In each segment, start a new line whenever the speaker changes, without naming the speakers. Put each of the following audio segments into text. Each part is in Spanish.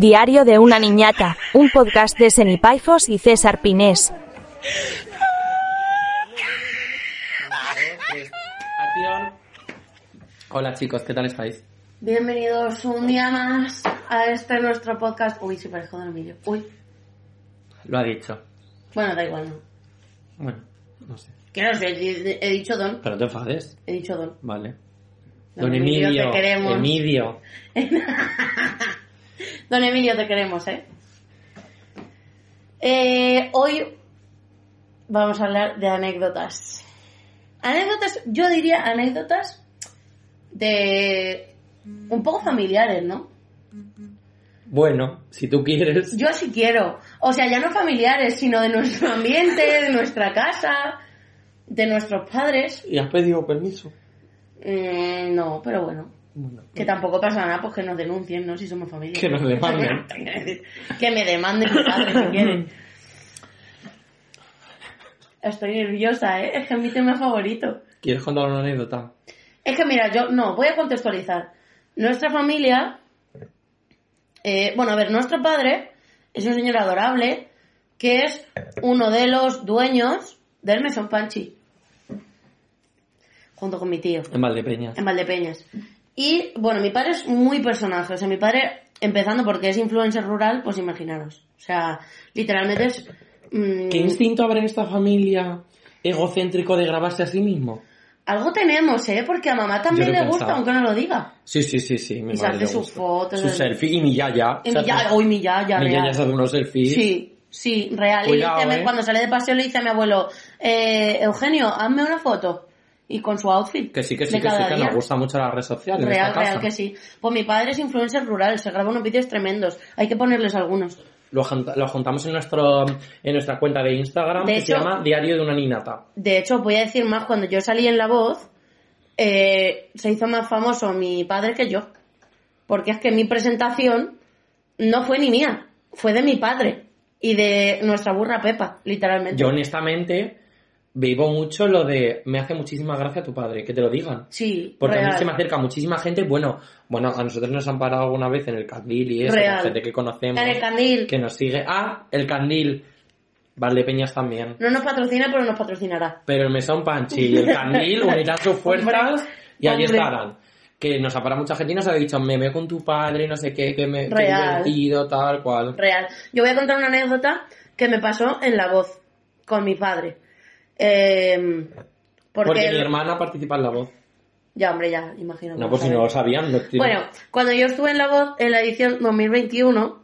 Diario de una niñata, un podcast de Senipaifos y César Pinés.
Acción. Hola chicos, ¿qué tal estáis?
Bienvenidos un día más a este nuestro podcast. Uy, sí parezco un anillo. Uy.
Lo ha dicho.
Bueno, da igual, ¿no?
Bueno, no sé.
Que no sé, he he dicho don.
Pero no te enfades.
He dicho don.
Vale.
Don
Don
Emilio,
Emilio,
te queremos.
Emilio.
Don Emilio, te queremos, ¿eh? Eh, Hoy vamos a hablar de anécdotas. Anécdotas, yo diría anécdotas de... un poco familiares, ¿no?
Bueno, si tú quieres.
Yo sí quiero. O sea, ya no familiares, sino de nuestro ambiente, de nuestra casa, de nuestros padres.
¿Y has pedido permiso?
Mm, no, pero bueno.
Bueno.
Que tampoco pasa nada, pues que nos denuncien, ¿no? Si somos familia.
Que nos demanden.
que me demanden mis padres si quieren. Estoy nerviosa, ¿eh? Es que es mi tema favorito.
¿Quieres contar una anécdota?
Es que mira, yo no, voy a contextualizar. Nuestra familia, eh, bueno, a ver, nuestro padre es un señor adorable que es uno de los dueños del Mesón Panchi, junto con mi tío,
En Valdepeñas.
en Valdepeñas. Y bueno, mi padre es muy personaje, o sea, mi padre, empezando porque es influencer rural, pues imaginaros. O sea, literalmente es... mm,
¿Qué instinto habrá en esta familia egocéntrico de grabarse a sí mismo?
algo tenemos, ¿eh? Porque a mamá también
lo he
le gusta,
pensado.
aunque no lo diga.
Sí, sí, sí, sí. Mi
Y se
madre
hace
le
sus
gusta.
fotos,
Su
el-
selfie y mi yaya.
En
Se hace-
Villaya, uy, mi yaya,
mi
real.
yaya se hace unos selfies.
Sí, sí, real.
Cuidado,
y dice a mi-
eh.
cuando sale de paseo le dice a mi abuelo, eh, Eugenio, hazme una foto. Y con su outfit.
Que sí, que sí,
de
que sí,
cada
que
día.
nos gusta mucho las redes sociales. en
Real,
esta casa.
real que sí. Pues mi padre es influencer rural, se graba unos vídeos tremendos. Hay que ponerles algunos.
Lo, jun- lo juntamos en, nuestro, en nuestra cuenta de Instagram
De
que se
hecho-
llama Diario de una Ninata.
De hecho, os voy a decir más, cuando yo salí en La Voz, eh, se hizo más famoso mi padre que yo. Porque es que mi presentación no fue ni mía, fue de mi padre y de nuestra burra Pepa, literalmente.
Yo honestamente vivo mucho lo de me hace muchísima gracia tu padre, que te lo digan.
Sí,
Porque a mí
real.
se me acerca muchísima gente, bueno, bueno, a nosotros nos han parado alguna vez en el candil y eso,
Real.
con gente que conocemos,
En el candil.
que nos sigue. Ah, el candil, Valdepeñas también.
No nos patrocina, pero nos patrocinará.
Pero el mesón Panchi y el candil unirán sus fuerzas y allí
hombre.
estarán. Que nos ha parado mucha gente y nos ha dicho, me veo con tu padre, no sé qué, que me qué
Real.
divertido, tal cual.
Real. Yo voy a contar una anécdota que me pasó en La Voz con mi padre. Eh, porque,
Porque mi hermana participa en la voz.
Ya, hombre, ya, imagino.
No,
que
pues si
lo
no lo
sabes.
sabían, no
Bueno, cuando yo estuve en La Voz en la edición 2021,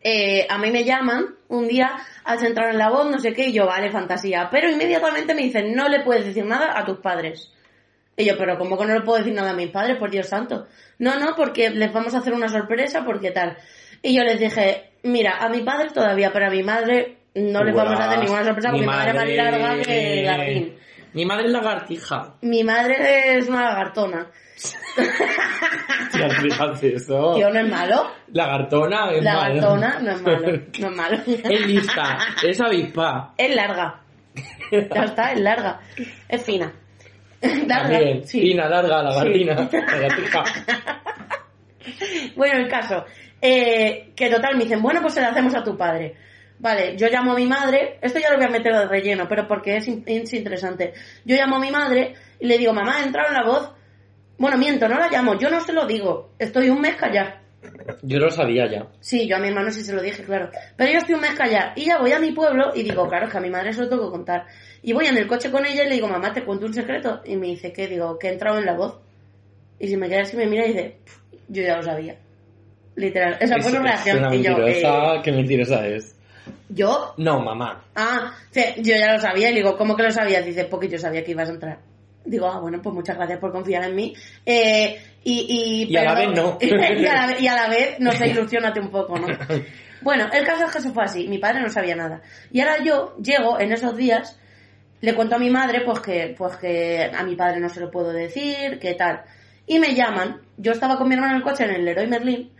eh, a mí me llaman un día, has entrado en La Voz, no sé qué, y yo, vale, fantasía. Pero inmediatamente me dicen, no le puedes decir nada a tus padres. Y yo, pero ¿cómo que no le puedo decir nada a mis padres, por Dios santo? No, no, porque les vamos a hacer una sorpresa, porque tal. Y yo les dije, mira, a mi padre todavía, pero a mi madre no le vamos a hacer ninguna sorpresa porque mi madre es más larga que el jardín.
Mi madre es lagartija.
Mi madre es una lagartona.
Tía, fíjate eso.
Tío, no es malo.
Lagartona es malo.
Lagartona no es malo. No es malo.
Es lista, es avispa.
Es larga. Ya está, es larga. Es fina. Larga,
También,
sí.
fina, larga, lagartina, lagartija.
Bueno, el caso. eh, que total, me dicen, bueno, pues se lo hacemos a tu padre. Vale, yo llamo a mi madre. Esto ya lo voy a meter de relleno, pero porque es, in- es interesante. Yo llamo a mi madre y le digo, mamá, ha entrado en la voz. Bueno, miento, no la llamo, yo no se lo digo. Estoy un mes callada.
Yo lo sabía ya.
Sí, yo a mi hermano sí se lo dije, claro. Pero yo estoy un mes callada y ya voy a mi pueblo y digo, claro, es que a mi madre se lo tengo que contar. Y voy en el coche con ella y le digo, mamá, te cuento un secreto. Y me dice, ¿qué? Digo, que he entrado en la voz. Y si me queda así, me mira y dice, "Pff, yo ya lo sabía. Literal. Esa fue
Es-
su reacción.
Es una
y yo,
mentirosa, qué mentirosa es.
eh, yo,
No, mamá.
ah, dice, yo ya lo sabía. Y le digo, ¿cómo que lo sabías? Dice, porque yo sabía que ibas a entrar. Digo, ah, bueno, pues muchas gracias por confiar en mí. Eh, y, y,
Y a la
perdón.
vez no.
y, a la, ve- y a la vez, no sé, ilusionate un poco, ¿no? Bueno, el caso es que eso fue así. Mi padre no sabía nada. Y ahora yo llego en esos días, le cuento a mi madre, pues que, pues que a mi padre no se lo puedo decir, que tal. Y me llaman. Yo estaba con mi hermano en el coche en el Leroy Merlin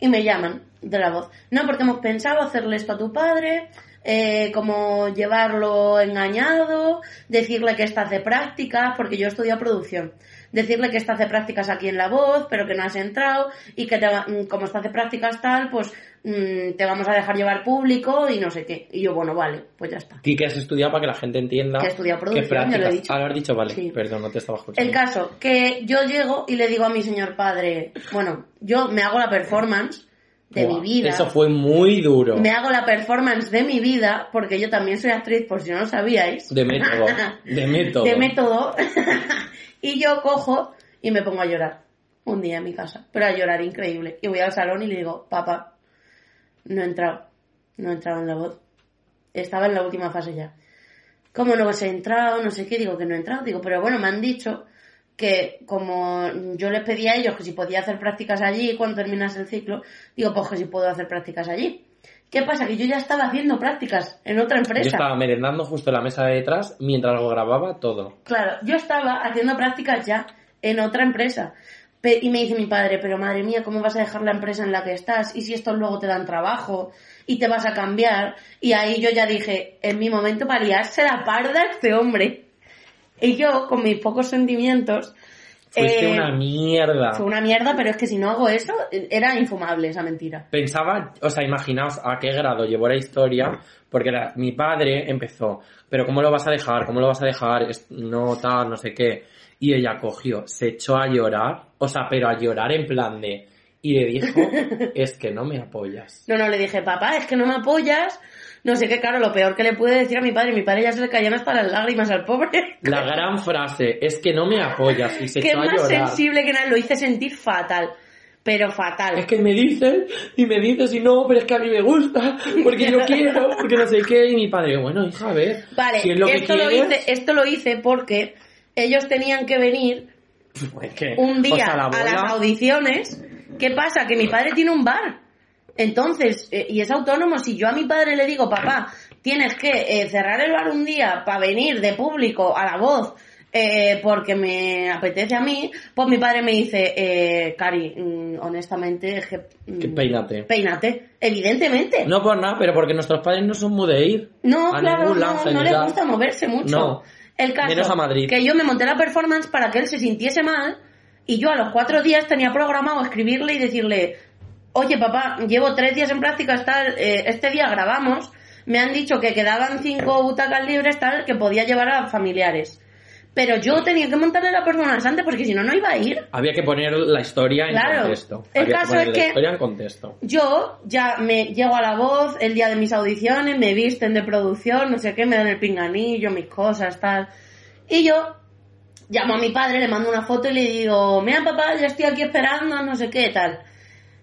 y me llaman de la voz. No, porque hemos pensado hacerle esto a tu padre, eh, como llevarlo engañado, decirle que estás de prácticas, porque yo estudio producción. decirle que está hace prácticas aquí en la voz, pero que no has entrado y que te va- mm, como está hace prácticas tal, pues mm, te vamos a dejar llevar público y no sé qué. Y yo, bueno, vale, pues ya está.
Di que has estudiado para que la gente entienda
Que he estudiado
qué
producción, ya lo he
prácticas.
dicho.
Ah, lo has dicho, vale.
Sí.
Perdón, no te estaba escuchando.
El caso, que yo llego y le digo a mi señor padre, bueno, yo me hago la performance de
Buah,
mi vida.
Eso fue muy duro.
Me hago la performance de mi vida, porque yo también soy actriz, por si no lo sabíais.
De método. De método.
de método. y yo cojo y me pongo a llorar. Un día en mi casa. Pero a llorar increíble. Y voy al salón y le digo, papá, no he entrado. No he entrado en la voz. Estaba en la última fase ya. ¿Cómo no has entrado? No sé qué. Digo que no he entrado. Digo, pero bueno, me han dicho que como yo les pedí a ellos que si podía hacer prácticas allí cuando terminase el ciclo, digo, pues que si puedo hacer prácticas allí. ¿Qué pasa? Que yo ya estaba haciendo prácticas en otra
Yo
empresa.
estaba merendando justo en la mesa de detrás mientras lo grababa todo.
Claro, yo estaba haciendo prácticas ya en otra empresa. Pe- y me dice mi padre, pero madre mía, ¿cómo vas a dejar la empresa en la que estás? Y si estos luego te dan trabajo y te vas a cambiar. Y ahí yo ya dije, en mi momento para liarse la parda a este hombre. Y yo, con mis pocos sentimientos.
Fuiste
eh,
una mierda.
Fue una mierda, pero es que si no hago eso, eh, era infumable esa mentira.
Pensaba, o sea, imaginaos a qué grado llevó la historia, porque la- mi padre empezó, pero ¿cómo lo vas a dejar? ¿Cómo lo vas a dejar? Es- no, tal, no sé qué. Y ella cogió, se echó a llorar, o sea, pero a llorar en plan de... Y le dijo, es que no me apoyas.
No, no, le dije, papá, es que no me apoyas. No sé qué, claro, lo peor que le pude decir a mi padre, mi padre ya se le caían hasta las lágrimas al pobre.
La gran frase, es que no me apoyas. Y se
que
echó a
más
llorar.
sensible que nada, lo hice sentir fatal. Pero fatal.
Es que me dicen, y me dices, y no, pero es que a mí me gusta, porque yo quiero, porque no sé qué. Y mi padre, bueno, hija, a ver.
vale,
si es lo que
esto, lo
quieres,
hice, esto lo hice porque ellos tenían que venir
pues que-
un día
o sea, la
a
bola-
las audiciones. ¿Qué pasa? Que mi padre tiene un bar. Entonces, eh, y es autónomo, si yo a mi padre le digo, papá, tienes que eh, cerrar el bar un día para venir de público a la voz eh, porque me apetece a mí, pues mi padre me dice, eh, Cari, mm, honestamente, es que, mm,
Que peínate.
peínate, evidentemente.
No por nada, pero porque nuestros padres no son muy de ir.
No,
a
claro,
ningún
no,
lance
no
ni
le
tal.
gusta moverse mucho.
No.
El caso
Menos a Madrid.
que yo me monté la performance para que él se sintiese mal y yo a los cuatro días tenía programado escribirle y decirle, oye papá, llevo tres días en práctica, tal, eh, este día grabamos, me han dicho que quedaban cinco butacas libres, tal, que podía llevar a familiares. Pero yo tenía que montarle la performance antes porque si no, no iba a ir.
Había que poner la historia en
Claro.
contexto.
El
Había
caso
que poner
es
la
que-
historia en contexto.
Yo ya me llego a la voz el día de mis audiciones, me visten de producción, no sé qué, me dan el pinganillo, mis cosas, tal. Y yo llamo a mi padre, le mando una foto y le digo, mira papá, ya estoy aquí esperando, no sé qué, tal.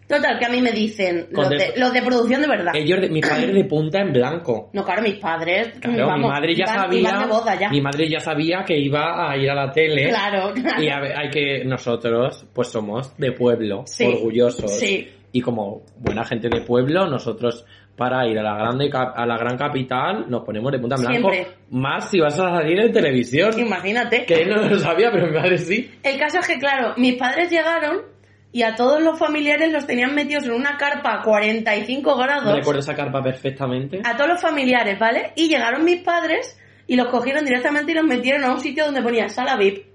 Total, que a mí me dicen, los de,
Contesto.
los de producción de verdad.
Ellos, de- mi padre de punta en blanco.
No, claro, mis padres.
Claro, mi
vamos,
madre ya
iban- iban
sabía.
de boda ya.
Mi madre ya sabía que iba a ir a la tele.
Claro, claro.
Y a ver, hay que nosotros, pues somos de pueblo,
Sí.
orgullosos.
Sí.
Y como buena gente de pueblo, nosotros para ir a la grande cap- a la gran capital nos ponemos de punta en blanco.
Siempre.
Más si vas a salir en televisión.
Imagínate.
Que él no lo sabía, pero mi madre sí.
El caso es que, claro, mis padres llegaron y a todos los familiares los tenían metidos en una carpa a 45 grados.
Recuerdo esa carpa perfectamente.
a todos los familiares, ¿vale? Y llegaron mis padres y los cogieron directamente y los metieron a un sitio donde ponía sala VIP.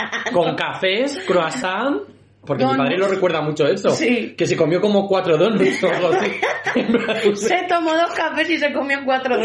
ah,
Con cafés, croissant. Porque mi
Donuts.
padre lo recuerda mucho eso.
Sí.
Que se comió como cuatro donuts o algo así. En plan,
Se tomó dos cafés y se comió cuatro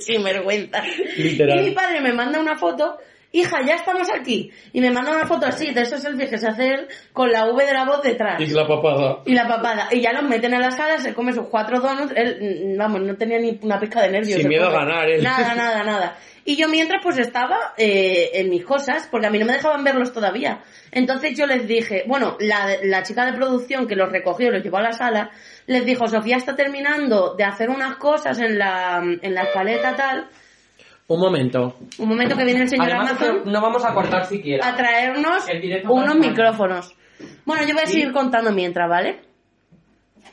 Sin vergüenza.
Literal.
Y mi padre me manda una foto. Hija, ya estamos aquí. Y me manda una foto así, de esos selfies que se hacen con la V de la voz detrás.
Y la papada.
Y la papada. Y ya los meten a la sala, se come sus cuatro donuts. Él, mm, vamos, no tenía ni una pizca de nervios.
Sin
se
miedo a
come.
ganar, él.
Nada, nada, nada. Y yo mientras pues estaba eh, en mis cosas, porque a mí no me dejaban verlos todavía. Entonces yo les dije, bueno, la, la chica de producción que los recogió y los llevó a la sala, les dijo, Sofía está terminando de hacer unas cosas en la, en la escaleta tal.
Un momento.
Un momento que viene el señor
Además,
Amazon
no vamos a cortar siquiera.
a traernos
El directo
unos
para-
micrófonos. Bueno, yo voy a
Sí.
seguir contando mientras, ¿vale?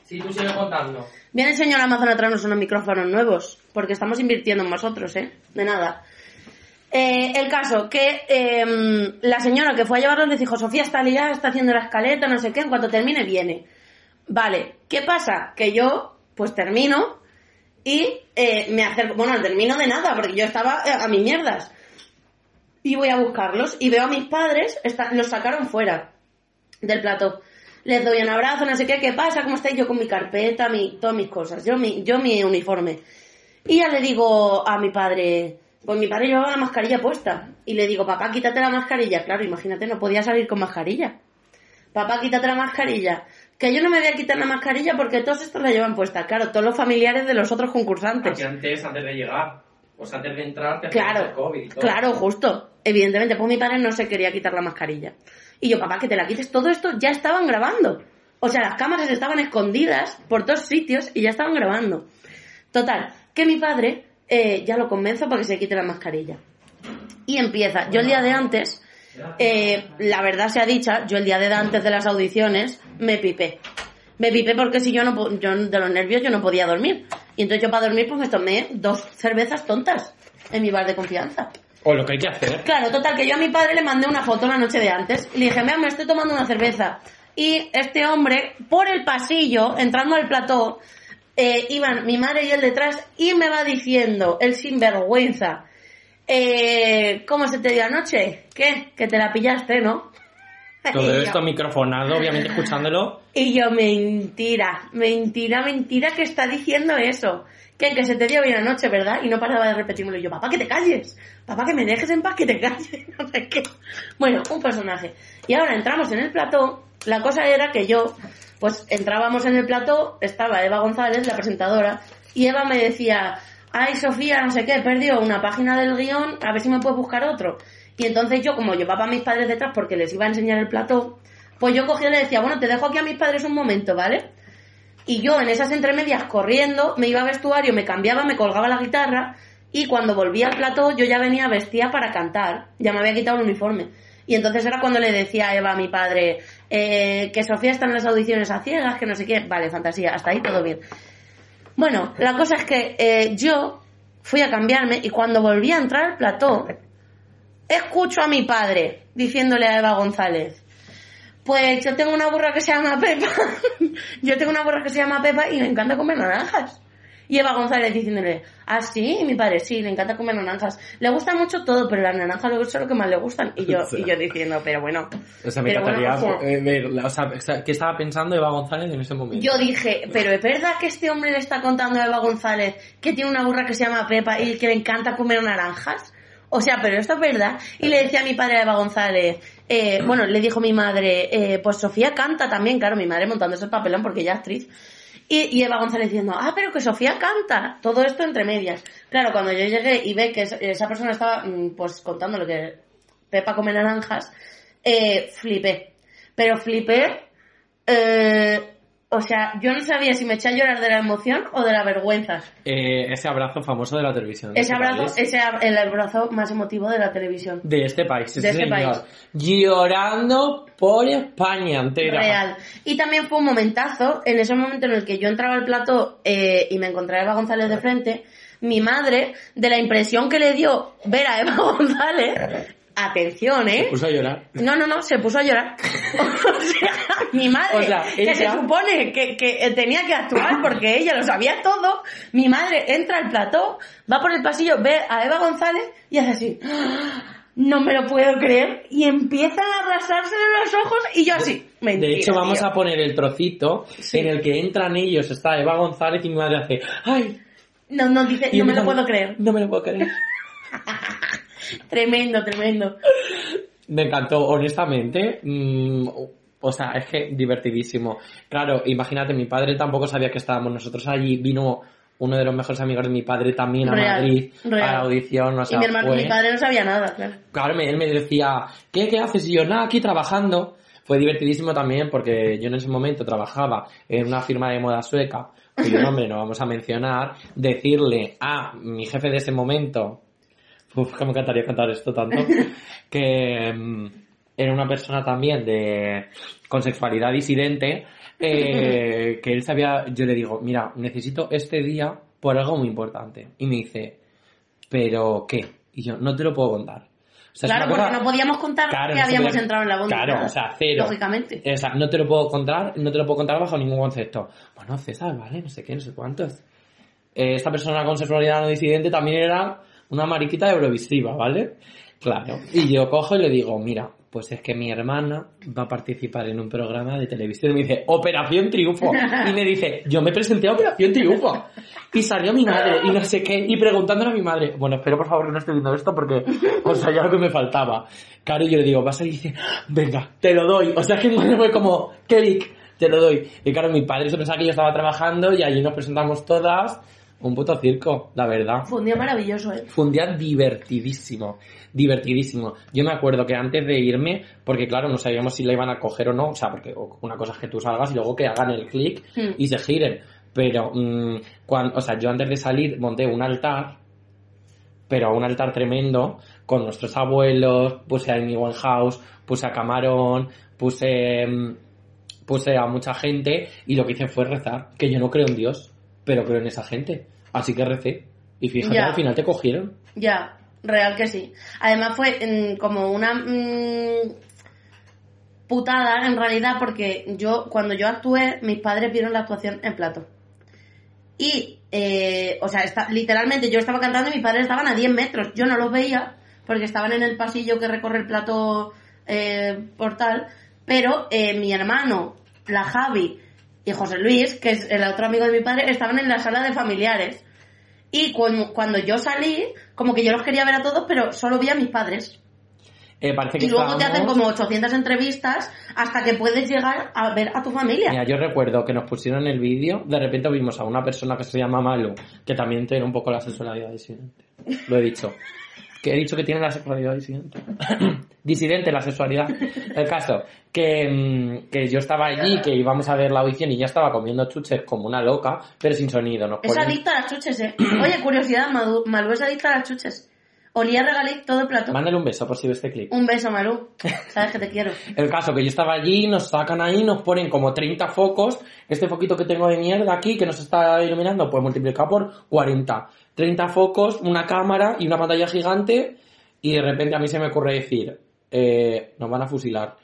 Si tú sigues contando.
Viene el señor Amazon a traernos unos micrófonos nuevos, porque estamos invirtiendo en vosotros, ¿eh? De nada. Eh, el caso, que eh, la señora que fue a llevarlos les dijo, Sofía está liada, está haciendo la escaleta, no sé qué, en cuanto termine viene. Vale, ¿qué pasa? Que yo, pues termino y eh, me acerco, bueno, no termino de nada, porque yo estaba eh, a mis mierdas. y voy a buscarlos. Y veo a mis padres, está- los sacaron fuera del plató. Les doy un abrazo, no sé qué, ¿qué pasa? ¿Cómo estáis? Yo con mi carpeta, mi, todas mis cosas, yo mi, yo mi uniforme. Y ya le digo a mi padre, pues mi padre llevaba la mascarilla puesta. Y le digo, papá, quítate la mascarilla. Claro, imagínate, no podía salir con mascarilla. Papá, quítate la mascarilla. Que yo no me voy a quitar la mascarilla porque todos estos la llevan puesta. Claro, todos los familiares de los otros concursantes.
Aquí antes, antes de llegar. O sea, antes de entrar, te hacían el
Claro,
COVID y todo.
claro, justo. Evidentemente, pues mi padre no se quería quitar la mascarilla. Y yo, papá, que te la quites. Todo esto ya estaban grabando. O sea, las cámaras estaban escondidas por todos sitios y ya estaban grabando. Total, que mi padre eh, ya lo convenzo para que se quite la mascarilla. Y empieza. Yo el día de antes, eh, la verdad sea dicha, yo el día de antes de las audiciones me pipé. Me pipé porque si yo no, po- yo de los nervios yo no podía dormir. Y entonces yo para dormir pues me tomé dos cervezas tontas en mi bar de confianza.
O lo que hay que hacer.
Claro, total, que yo a mi padre le mandé una foto la noche de antes y le dije, mira, me estoy tomando una cerveza. Y este hombre, por el pasillo, entrando al plató, eh, iban mi madre y él detrás y me va diciendo, el sinvergüenza, eh, ¿cómo se te dio anoche? ¿Qué? Que te la pillaste, ¿no?
Todo
Y yo-
esto microfonado, obviamente escuchándolo.
y yo, mentira, mentira, mentira que está diciendo eso. Que, que se te dio bien anoche, ¿verdad? Y no paraba de repetírmelo. Y yo, papá, que te calles. Papá, que me dejes en paz, que te calles. No sé qué. Bueno, un personaje. Y ahora entramos en el plató. La cosa era que yo, pues entrábamos en el plató, estaba Eva González, la presentadora, y Eva me decía, ay, Sofía, no sé qué, he perdido una página del guión, a ver si me puedes buscar otro. Y entonces yo, como llevaba a mis padres detrás porque les iba a enseñar el plató, pues yo cogía y le decía, bueno, te dejo aquí a mis padres un momento, ¿vale? Y yo en esas entremedias corriendo, me iba a vestuario, me cambiaba, me colgaba la guitarra y cuando volvía al plató yo ya venía vestida para cantar, ya me había quitado el uniforme. Y entonces era cuando le decía a Eva, a mi padre, eh, que Sofía está en las audiciones a ciegas, que no sé qué. Vale, fantasía, hasta ahí todo bien. Bueno, la cosa es que eh, yo fui a cambiarme y cuando volví a entrar al plató, escucho a mi padre diciéndole a Eva González, pues yo tengo una burra que se llama Pepa. yo tengo una burra que se llama Pepa y le encanta comer naranjas. Y Eva González diciéndole, ah, sí, y mi padre, sí, le encanta comer naranjas. Le gusta mucho todo, pero las naranjas lo- son lo que más le gustan. Y yo, y yo diciendo, pero bueno.
O sea, me
pero bueno,
encantaría
ojo".
eh, ver, la- o sea, exa- ¿qué estaba pensando Eva González en ese momento?
Yo dije, pero es verdad que este hombre le está contando a Eva González que tiene una burra que se llama Pepa y que le encanta comer naranjas. O sea, pero esto es verdad. Y le decía a mi padre a Eva González, eh, bueno, le dijo mi madre, eh, pues Sofía canta también, claro, mi madre montando ese papelón porque ella es actriz. Y, y Eva González diciendo, ah, pero que Sofía canta. Todo esto entre medias. Claro, cuando yo llegué y ve que es- esa persona estaba, mm, pues, contando lo que Pepa come naranjas, eh, flipé. Pero flipé eh, o sea, yo no sabía si me eché a llorar de la emoción o de la vergüenza.
Eh, ese abrazo famoso de la televisión. de
Ese
este
abrazo,
país.
ese ab- el abrazo más emotivo de la televisión.
De este país, sí,
De este
señor.
país.
Llorando por España entera.
Real. Y también fue un momentazo, en ese momento en el que yo entraba al plató eh, y me encontraba a Eva González de frente, mi madre, de la impresión que le dio ver a Eva González, atención, ¿eh?
Puso a llorar.
No, no, no, se puso a llorar. O sea, mi madre,
O sea,
que se
ella-
supone que, que tenía que actuar porque ella lo sabía todo, mi madre entra al plató, va por el pasillo, ve a Eva González y hace así. "Ah, No me lo puedo creer. Y empiezan a arrasársele los ojos y yo así. Mentira,
de hecho, vamos
tío.
a poner el trocito en el que entran ellos. Está Eva González y mi madre hace. ¡Ay!
No, no, dice,
Y
no me lo
empiezan-
puedo creer.
No me lo puedo creer.
Tremendo, tremendo.
Me encantó, honestamente. mm, o sea, es que divertidísimo. Claro, imagínate, mi padre tampoco sabía que estábamos nosotros allí. Vino uno de los mejores amigos de mi padre también a
Real,
Madrid
real.
a la audición. O sea,
y mi hermano,
fue-
mi padre no sabía nada, claro.
Claro, me- él me decía, ¿qué, qué haces? Y yo, nada, aquí trabajando. Fue divertidísimo también porque yo en ese momento trabajaba en una firma de moda sueca, cuyo nombre no vamos a mencionar, decirle a mi jefe de ese momento, uf, que me encantaría contar esto tanto, que mm, era una persona también de, con sexualidad disidente, eh, que él sabía, yo le digo, mira, necesito este día por algo muy importante. Y me dice, ¿pero qué? Y yo, no te lo puedo contar. O sea, es
claro,
una
porque
cosa-
no podíamos contar
Claro,
que
no se
habíamos
podía-
entrado en la bomba.
Claro, o sea, cero.
Lógicamente.
o sea, no te lo puedo contar, no te lo puedo contar bajo ningún concepto. Bueno, César, vale, no sé qué, no sé cuántos. Eh, esta persona con sexualidad no disidente también era una mariquita eurovisiva, ¿vale? Claro. Y yo cojo y le digo, mira, pues es que mi hermana va a participar en un programa de televisión. Y me dice, Operación Triunfo. Y me dice, yo me presenté a Operación Triunfo. Y salió mi madre y no sé qué. Y preguntándole a mi madre, bueno, espero por favor que no esté viendo esto porque, o sea, ya lo que me faltaba. Claro, y yo le digo, vas a y dice, venga, te lo doy. O sea, que mi madre fue como, clic, te lo doy. Y claro, mi padre se pensaba que yo estaba trabajando y allí nos presentamos todas. Un puto circo, la verdad.
Fue un día maravilloso, ¿eh?
Fue un día divertidísimo, divertidísimo. Yo me acuerdo que antes de irme, porque claro, no sabíamos si la iban a coger o no, o sea, porque o- una cosa es que tú salgas y luego que hagan el clic
Hmm.
y se giren. Pero, cuando, o sea, yo antes de salir monté un altar, pero un altar tremendo, con nuestros abuelos, puse a Amy Winehouse, puse a Camarón, puse, mm, puse a mucha gente y lo que hice fue rezar, que yo no creo en Dios, pero creo en esa gente. Así que recé. Y fíjate,
Ya.
al final te cogieron.
Ya, real que sí. Además fue mm, como una mm, putada en realidad porque yo cuando yo actué mis padres vieron la actuación en plato. Y, eh, o sea, esta- literalmente yo estaba cantando y mis padres estaban a 10 metros. Yo no los veía porque estaban en el pasillo que recorre el plato eh, portal. Pero eh, mi hermano, la Javi y José Luis, que es el otro amigo de mi padre, estaban en la sala de familiares. Y cuando, cuando yo salí, como que yo los quería ver a todos, pero solo vi a mis padres.
Eh, parece que
Y luego te
estábamos-
hacen como 800 entrevistas hasta que puedes llegar a ver a tu familia.
Mira, yo recuerdo que nos pusieron el vídeo, de repente vimos a una persona que se llama Malu, que también tiene un poco la sexualidad disidente. Lo he dicho. Que he dicho que tiene la sexualidad disidente. disidente, la sexualidad. El caso, que, mm, que yo estaba allí, que íbamos a ver la audición y ya estaba comiendo chuches como una loca, pero sin sonido. Nos
Es
ponen-
adicta a las chuches, ¿eh? Oye, curiosidad, Madu- Malú es adicta a las chuches. Olía regaliz todo el plato.
Mándale un beso por si ve este clip.
Un beso, Malú. Sabes que te quiero.
El caso que yo estaba allí, nos sacan ahí, nos ponen como 30 focos. Este foquito que tengo de mierda aquí, que nos está iluminando, pues multiplica por 40. 30 focos, una cámara y una pantalla gigante. Y de repente a mí se me ocurre decir, eh, nos van a fusilar.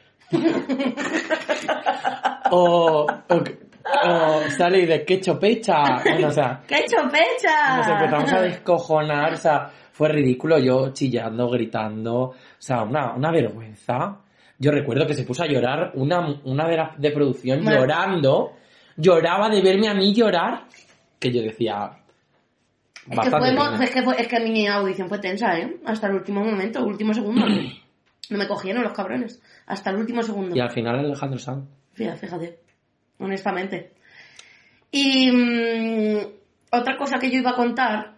o, o, o sale de que chopecha. Bueno, o sea,
¡Qué chopecha!
nos empezamos a descojonar, o sea, fue ridículo yo chillando, gritando, o sea, una, una vergüenza. Yo recuerdo que se puso a llorar una, una de las de producción
Bueno.
llorando, lloraba de verme a mí llorar, que yo decía,
Es que,
bastante ¿eh?
fuimos-
pena.
es, que fue- es que mi audición fue tensa, ¿eh? Hasta el último momento, último segundo. No me cogieron los cabrones. Hasta el último segundo.
Y al final Alejandro Sanz.
Fíjate, fíjate. Honestamente. Y mm, otra cosa que yo iba a contar,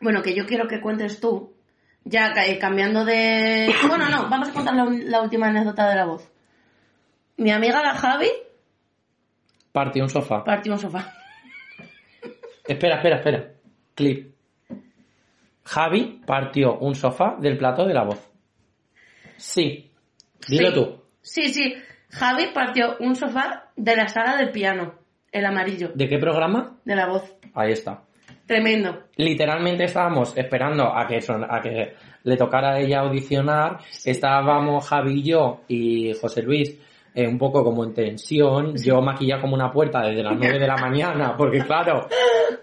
bueno, que yo quiero que cuentes tú, ya ca- eh, cambiando de... Bueno, no, vamos a contar la, un- la última anécdota de la voz. Mi amiga la Javi
Partió un sofá.
partió un sofá.
Espera, espera, espera. Clip. Javi partió un sofá del plato de la voz. Sí. Dilo
Sí.
tú.
Sí, sí. Javi partió un sofá de la sala del piano, el amarillo,
¿De qué programa?
de la voz.
Ahí está.
Tremendo.
literalmente estábamos esperando a que, son- a que le tocara a ella audicionar. Estábamos Javi y yo y José Luis eh, un poco como en tensión. Yo maquillaba como una puerta desde las 9 de la mañana, porque claro,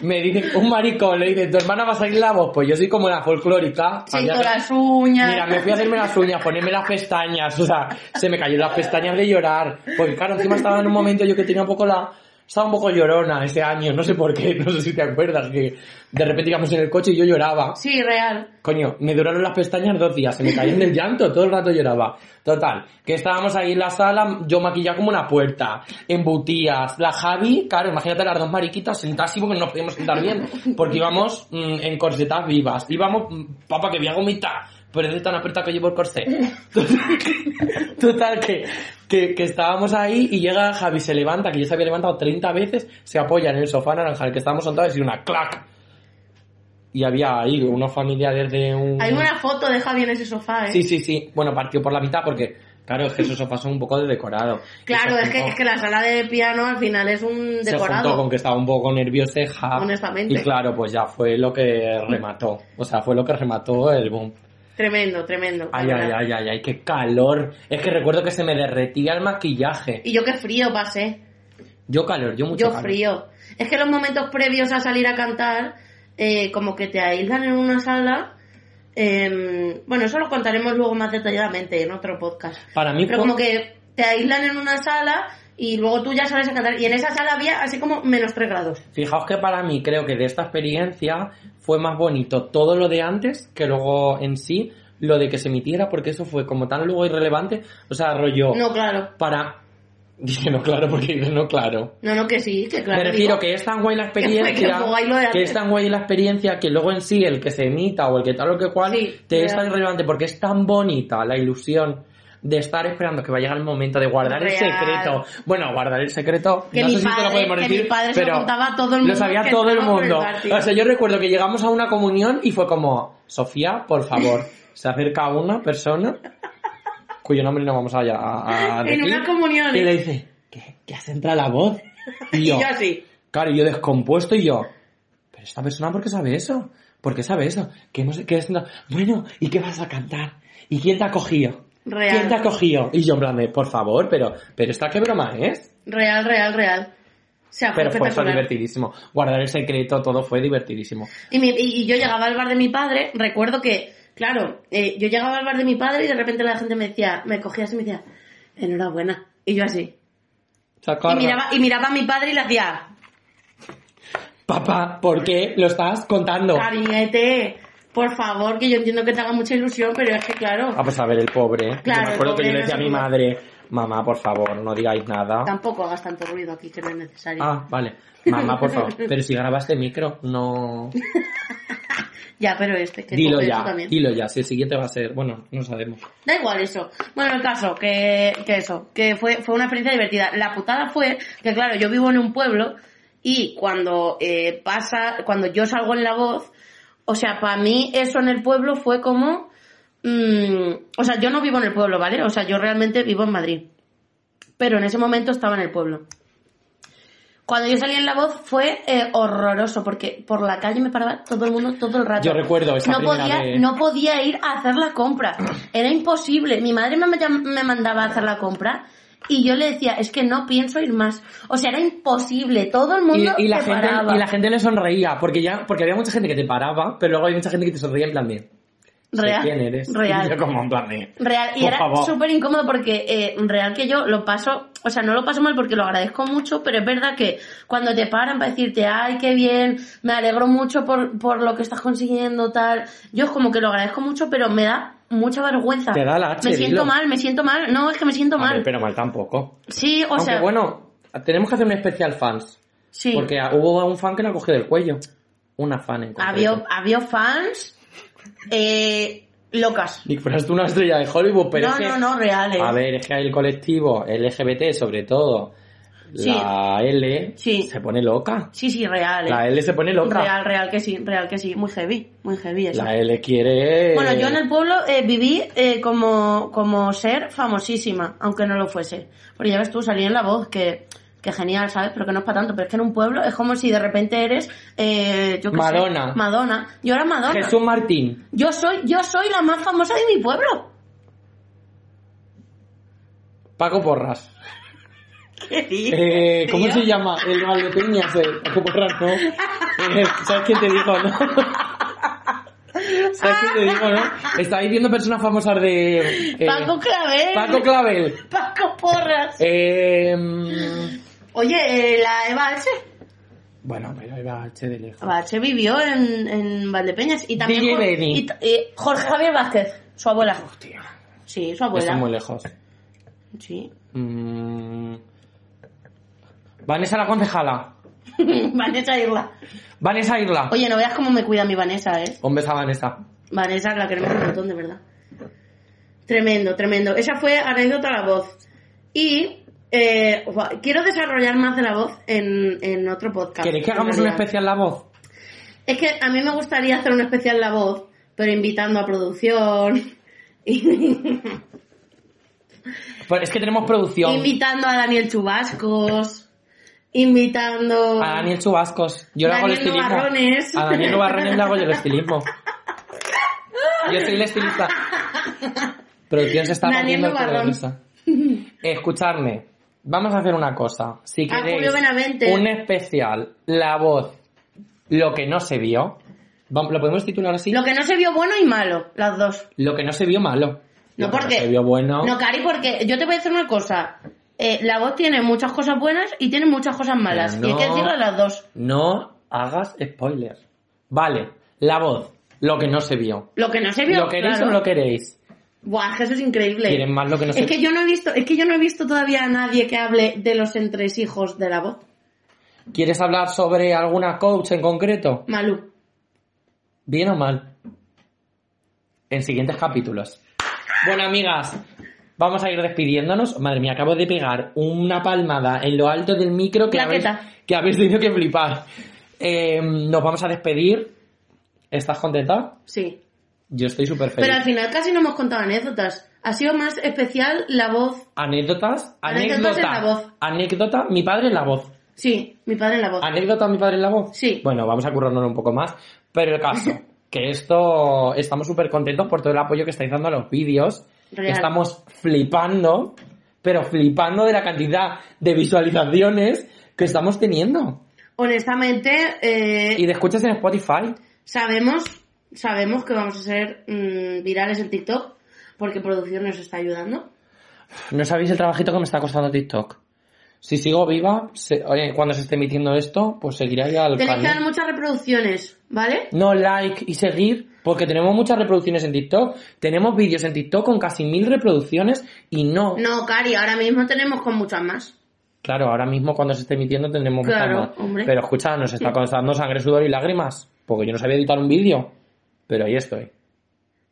me dice un maricón, le dice, tu hermana va a salir la voz. Pues yo soy como la folclórica.
Se
Había
hizo
que-
las uñas.
Mira, me fui a hacerme las uñas, ponerme las pestañas, o sea, se me cayeron las pestañas de llorar, porque claro, encima estaba en un momento yo que tenía un poco la... Estaba un poco llorona ese año, no sé por qué, no sé si te acuerdas, que de repente íbamos en el coche y yo lloraba.
Sí, real.
Coño, me duraron las pestañas dos días, se me caían del llanto, todo el rato lloraba. Total, que estábamos ahí en la sala, yo maquillaba como una puerta, embutías, la Javi, claro, imagínate las dos mariquitas sentadas así porque no nos podíamos sentar bien, porque íbamos mm, en corsetas vivas, íbamos, mm, papá, que voy a vomitar, pero es de tan apretada que llevo el corsé. Total, que, que, que estábamos ahí y llega Javi, se levanta, que ya se había levantado 30 veces, se apoya en el sofá naranja en el que estábamos sentados y una clac. Y había ahí unos familiares de un...
Hay una foto de Javi en ese sofá, ¿eh?
Sí, sí, sí. Bueno, partió por la mitad porque, claro, es que esos sofás son un poco de decorado.
Claro,
Eso
es que,
no.
es que la sala de piano al final es un
Se juntó con
decorado.
que estaba un poco nervioseja.
Honestamente.
Y claro, pues ya fue lo que remató. O sea, fue lo que remató el boom.
Tremendo, tremendo.
Ay,
la
ay,
verdad.
ay, ay, ay, qué calor. Es que recuerdo que se me derretía el maquillaje.
Y yo qué frío pasé.
Yo calor, yo mucho
yo
calor.
frío. Es que los momentos previos a salir a cantar, eh, como que te aíslan en una sala em, bueno, eso lo contaremos luego más detalladamente en otro podcast.
Para mí,
Pero
por-
como que te aíslan en una sala y luego tú ya sales a cantar. Y en esa sala había así como menos 3 grados.
Fijaos que para mí creo que de esta experiencia fue más bonito todo lo de antes que luego en sí lo de que se emitiera porque eso fue como tan luego irrelevante. O sea, rollo
No, claro.
para... Dice no claro porque dice no claro.
No, no, que sí, que claro.
Me refiero
digo,
que es tan guay la
fue- que
experiencia,
fue guay lo de
que
antes.
es tan guay la experiencia que luego en sí el que se emita o el que tal o que cual
Sí,
te es
ya.
tan irrelevante porque es tan bonita la ilusión de estar esperando que va a llegar el momento de guardar el
Real.
secreto. Bueno, guardar el secreto,
Que
no
mi
sé si te lo
padre-
podemos
que
decir,
mi padre se lo
pero
contaba a todo el mundo
lo sabía
que
todo el
estaba por el
mundo.
partido.
O sea, yo recuerdo que llegamos a una comunión y fue como, Sofía, por favor, se acerca a una persona cuyo nombre no vamos a, a, a
En
decir,
una comunión.
y le dice, ¿qué? ¿Que has entrado la voz?
Y
yo,
yo así.
Claro, y yo descompuesto y yo, pero esta persona ¿por qué sabe eso? ¿Por qué sabe eso? Que no sé qué es no- Bueno, ¿y qué vas a cantar? ¿Y quién te ha cogido?
Real.
¿Quién te ha cogido? Y yo en plan de, por favor, pero, pero esta qué broma es.
Real, real, real. O sea, fue
Pero pues, fue eso
espectacular.
divertidísimo. Guardar el secreto, todo fue divertidísimo.
Y, mi- y- y yo llegaba al bar de mi padre, recuerdo que, claro, eh, yo llegaba al bar de mi padre y de repente la gente me decía, me cogía así y me decía, enhorabuena. Y yo así. Y
Socorro.
miraba, y miraba a mi padre y le hacía,
Papá, ¿por qué lo estás contando?
Cariñete, por favor, que yo entiendo que te haga mucha ilusión, pero es que claro,
Ah, pues a ver, el pobre.
Claro,
yo
el
me acuerdo que
pobre
yo le
no
decía a
se
mi
pudo.
madre, mamá, por favor, no digáis nada.
tampoco hagas tanto ruido aquí que no es necesario.
Ah, vale. Mamá, por favor. Pero si grabaste micro, no...
Ya, pero este, que
Dilo
coge eso
ya,
también.
dilo ya. Si el siguiente va a ser... Bueno, no sabemos.
Da igual eso. Bueno, el caso, que, que eso, que fue, fue una experiencia divertida. La putada fue que, claro, yo vivo en un pueblo y cuando eh, pasa, cuando yo salgo en la voz, o sea, para mí eso en el pueblo fue como... mm, o sea, yo no vivo en el pueblo, ¿vale? O sea, yo realmente vivo en Madrid. Pero en ese momento estaba en el pueblo. Cuando yo salí en la voz fue eh, horroroso porque por la calle me paraba todo el mundo todo el rato.
Yo recuerdo esa
no
primera
podía,
vez.
no podía ir a hacer la compra. Era imposible. Mi madre me, manda- me mandaba a hacer la compra y yo le decía, es que no pienso ir más. O sea, era imposible. Todo el
Y,
mundo
y la
se
gente,
paraba.
y la gente le sonreía, porque ya porque había mucha gente que te paraba, pero luego había mucha gente que te sonreía en plan de... "Sé
Real,
¿Quién eres?
real.
Y yo como en plan de...
Real, y
Por
era
favor.
súper incómodo porque eh, real que yo lo paso, o sea, no lo paso mal porque lo agradezco mucho, pero es verdad que cuando te paran para decirte, ay, qué bien, me alegro mucho por, por lo que estás consiguiendo, tal, yo es como que lo agradezco mucho, pero me da mucha vergüenza.
Te da la H,
Me siento
dilo.
mal, me siento mal, no, es que me siento
A ver,
mal.
pero mal tampoco.
Sí, o
Aunque
sea,
bueno, tenemos que hacer un especial fans.
sí,
Porque hubo un fan que la cogió del cuello. Una fan en concreto.
había, había fans eh, locas.
Ni que fueras tú una estrella de Hollywood, pero
no,
es que-
no, no, reales.
A ver, es que el colectivo LGBT, sobre todo,
Sí.
la L,
Sí.
se pone loca.
Sí, sí, reales.
La L se pone loca.
Real, real que sí, real que sí, muy heavy, muy heavy eso.
La E L quiere...
Bueno, yo en el pueblo eh, viví eh, como, como ser famosísima, aunque no lo fuese. Porque ya ves tú, salí en la voz, que, que genial, ¿sabes? Pero que no es para tanto. Pero es que en un pueblo es como si de repente eres, eh, yo qué sé,
Madonna.
Madonna. Yo era Madonna.
Jesús Martín.
Yo soy, yo soy la más famosa de mi pueblo.
Paco Porras.
¿Qué dices,
Eh, ¿Cómo
tío?
se llama? El Valdepeñas, el Paco Porras, ¿no? Eh, ¿Sabes quién te dijo, no? ¿Sabes quién te dijo, no? Estaba diciendo personas famosas de... eh,
Paco Clavel.
Paco Clavel.
Paco Porras.
Eh, mm,
Oye, eh, la Eva H.
bueno, pero iba a H de lejos.
Eva H vivió en, en Valdepeñas. Y también
DJ
Jor-
Benny.
y ta- eh, Jorge Javier Vázquez, su abuela.
Hostia.
Sí, su
Está
abuela.
muy lejos.
Sí.
Mm. Vanessa la concejala.
Vanessa Irla.
Vanessa Irla.
Oye, no veas cómo me cuida mi Vanessa, ¿eh?
Un beso a Vanessa.
Vanessa la queremos un montón, de verdad. Tremendo, tremendo. Esa fue anécdota a la voz. Y eh, ua- quiero desarrollar más de la voz en, en otro podcast.
¿Queréis que
en
hagamos un
realidad.
especial la voz?
Es que a mí me gustaría hacer un especial la voz, pero invitando a producción. y-
Pues es que tenemos producción.
invitando a Daniel Chubascos. Invitando.
A Daniel Chubascos. Yo le hago el
Daniel
estilismo.
Nubarrones.
A Daniel Nubarrones le hago yo el estilismo. Yo soy el estilista. Producción se está
Daniel
partiendo el culo de
Nubarrón.
risa. Escuchadme. Vamos a hacer una cosa. Si
A Ah, Julio
queréis
Benavente.
un especial, la voz, lo que no se vio, Vam- ¿Lo podemos titular así?
Lo que no se vio bueno y malo, las dos.
Lo que no se vio malo. Lo
No,
que
porque-
se vio bueno.
No, Cari, porque yo te voy a decir una cosa. Eh, la voz tiene muchas cosas buenas y tiene muchas cosas malas.
Pero
Y hay que
no.
decirlo a las dos.
No hagas spoiler. Vale, la voz. Lo que no se vio.
Lo que no se vio.
¿Lo queréis
claro.
o no lo queréis?
Buah, es que eso es increíble.
Quieren más lo que no se
es que yo no he visto, es que yo no he visto todavía a nadie que hable de los entresijos de la voz.
¿Quieres hablar sobre alguna coach en concreto?
Malú.
¿Bien o mal? En siguientes capítulos. Bueno, amigas, vamos a ir despidiéndonos. Madre mía, acabo de pegar una palmada en lo alto del micro que, habéis,
Plaqueta.
que habéis tenido que flipar. Eh, nos vamos a despedir. ¿Estás contenta?
Sí.
Yo estoy súper feliz.
Pero al final casi no hemos contado anécdotas. Ha sido más especial la voz.
Anécdotas,
Anécdotas
anécdota,
en la voz.
anécdota, mi padre en la voz.
Sí, mi padre en la voz.
¿Anécdota mi padre en la voz?
Sí.
Bueno, vamos a currarnos un poco más. Pero el caso, que esto, estamos súper contentos por todo el apoyo que estáis dando a los vídeos.
Real.
Estamos flipando, pero flipando de la cantidad de visualizaciones que estamos teniendo.
Honestamente, eh,
Y de escuchas en Spotify.
sabemos, sabemos que vamos a ser mm, virales en TikTok porque producción nos está ayudando.
No sabéis el trabajito que me está costando TikTok. Si sigo viva, se- oye, cuando se esté emitiendo esto, pues seguiré ahí al
Tenéis que
cañón.
dar muchas reproducciones, ¿vale?
no like y seguir, porque tenemos muchas reproducciones en TikTok. Tenemos vídeos en TikTok con casi mil reproducciones y no.
No, Cari, ahora mismo tenemos con muchas más.
Claro, ahora mismo cuando se esté emitiendo tendremos muchas
Claro,
más.
hombre.
Pero escucha, nos está costando sangre, sudor y lágrimas, porque yo no sabía editar un vídeo, pero ahí estoy.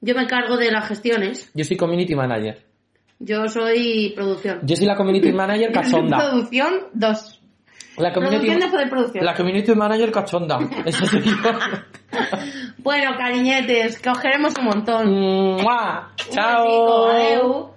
Yo me encargo de las gestiones.
Yo soy community manager.
Yo soy producción.
Yo soy la community manager cachonda.
producción 2.
La community,
Producción después de producción.
la community manager cachonda. Eso soy yo.
Bueno, cariñetes, que os queremos un montón.
¡Mua!
Un
Mm. Chao.
besico, adeu.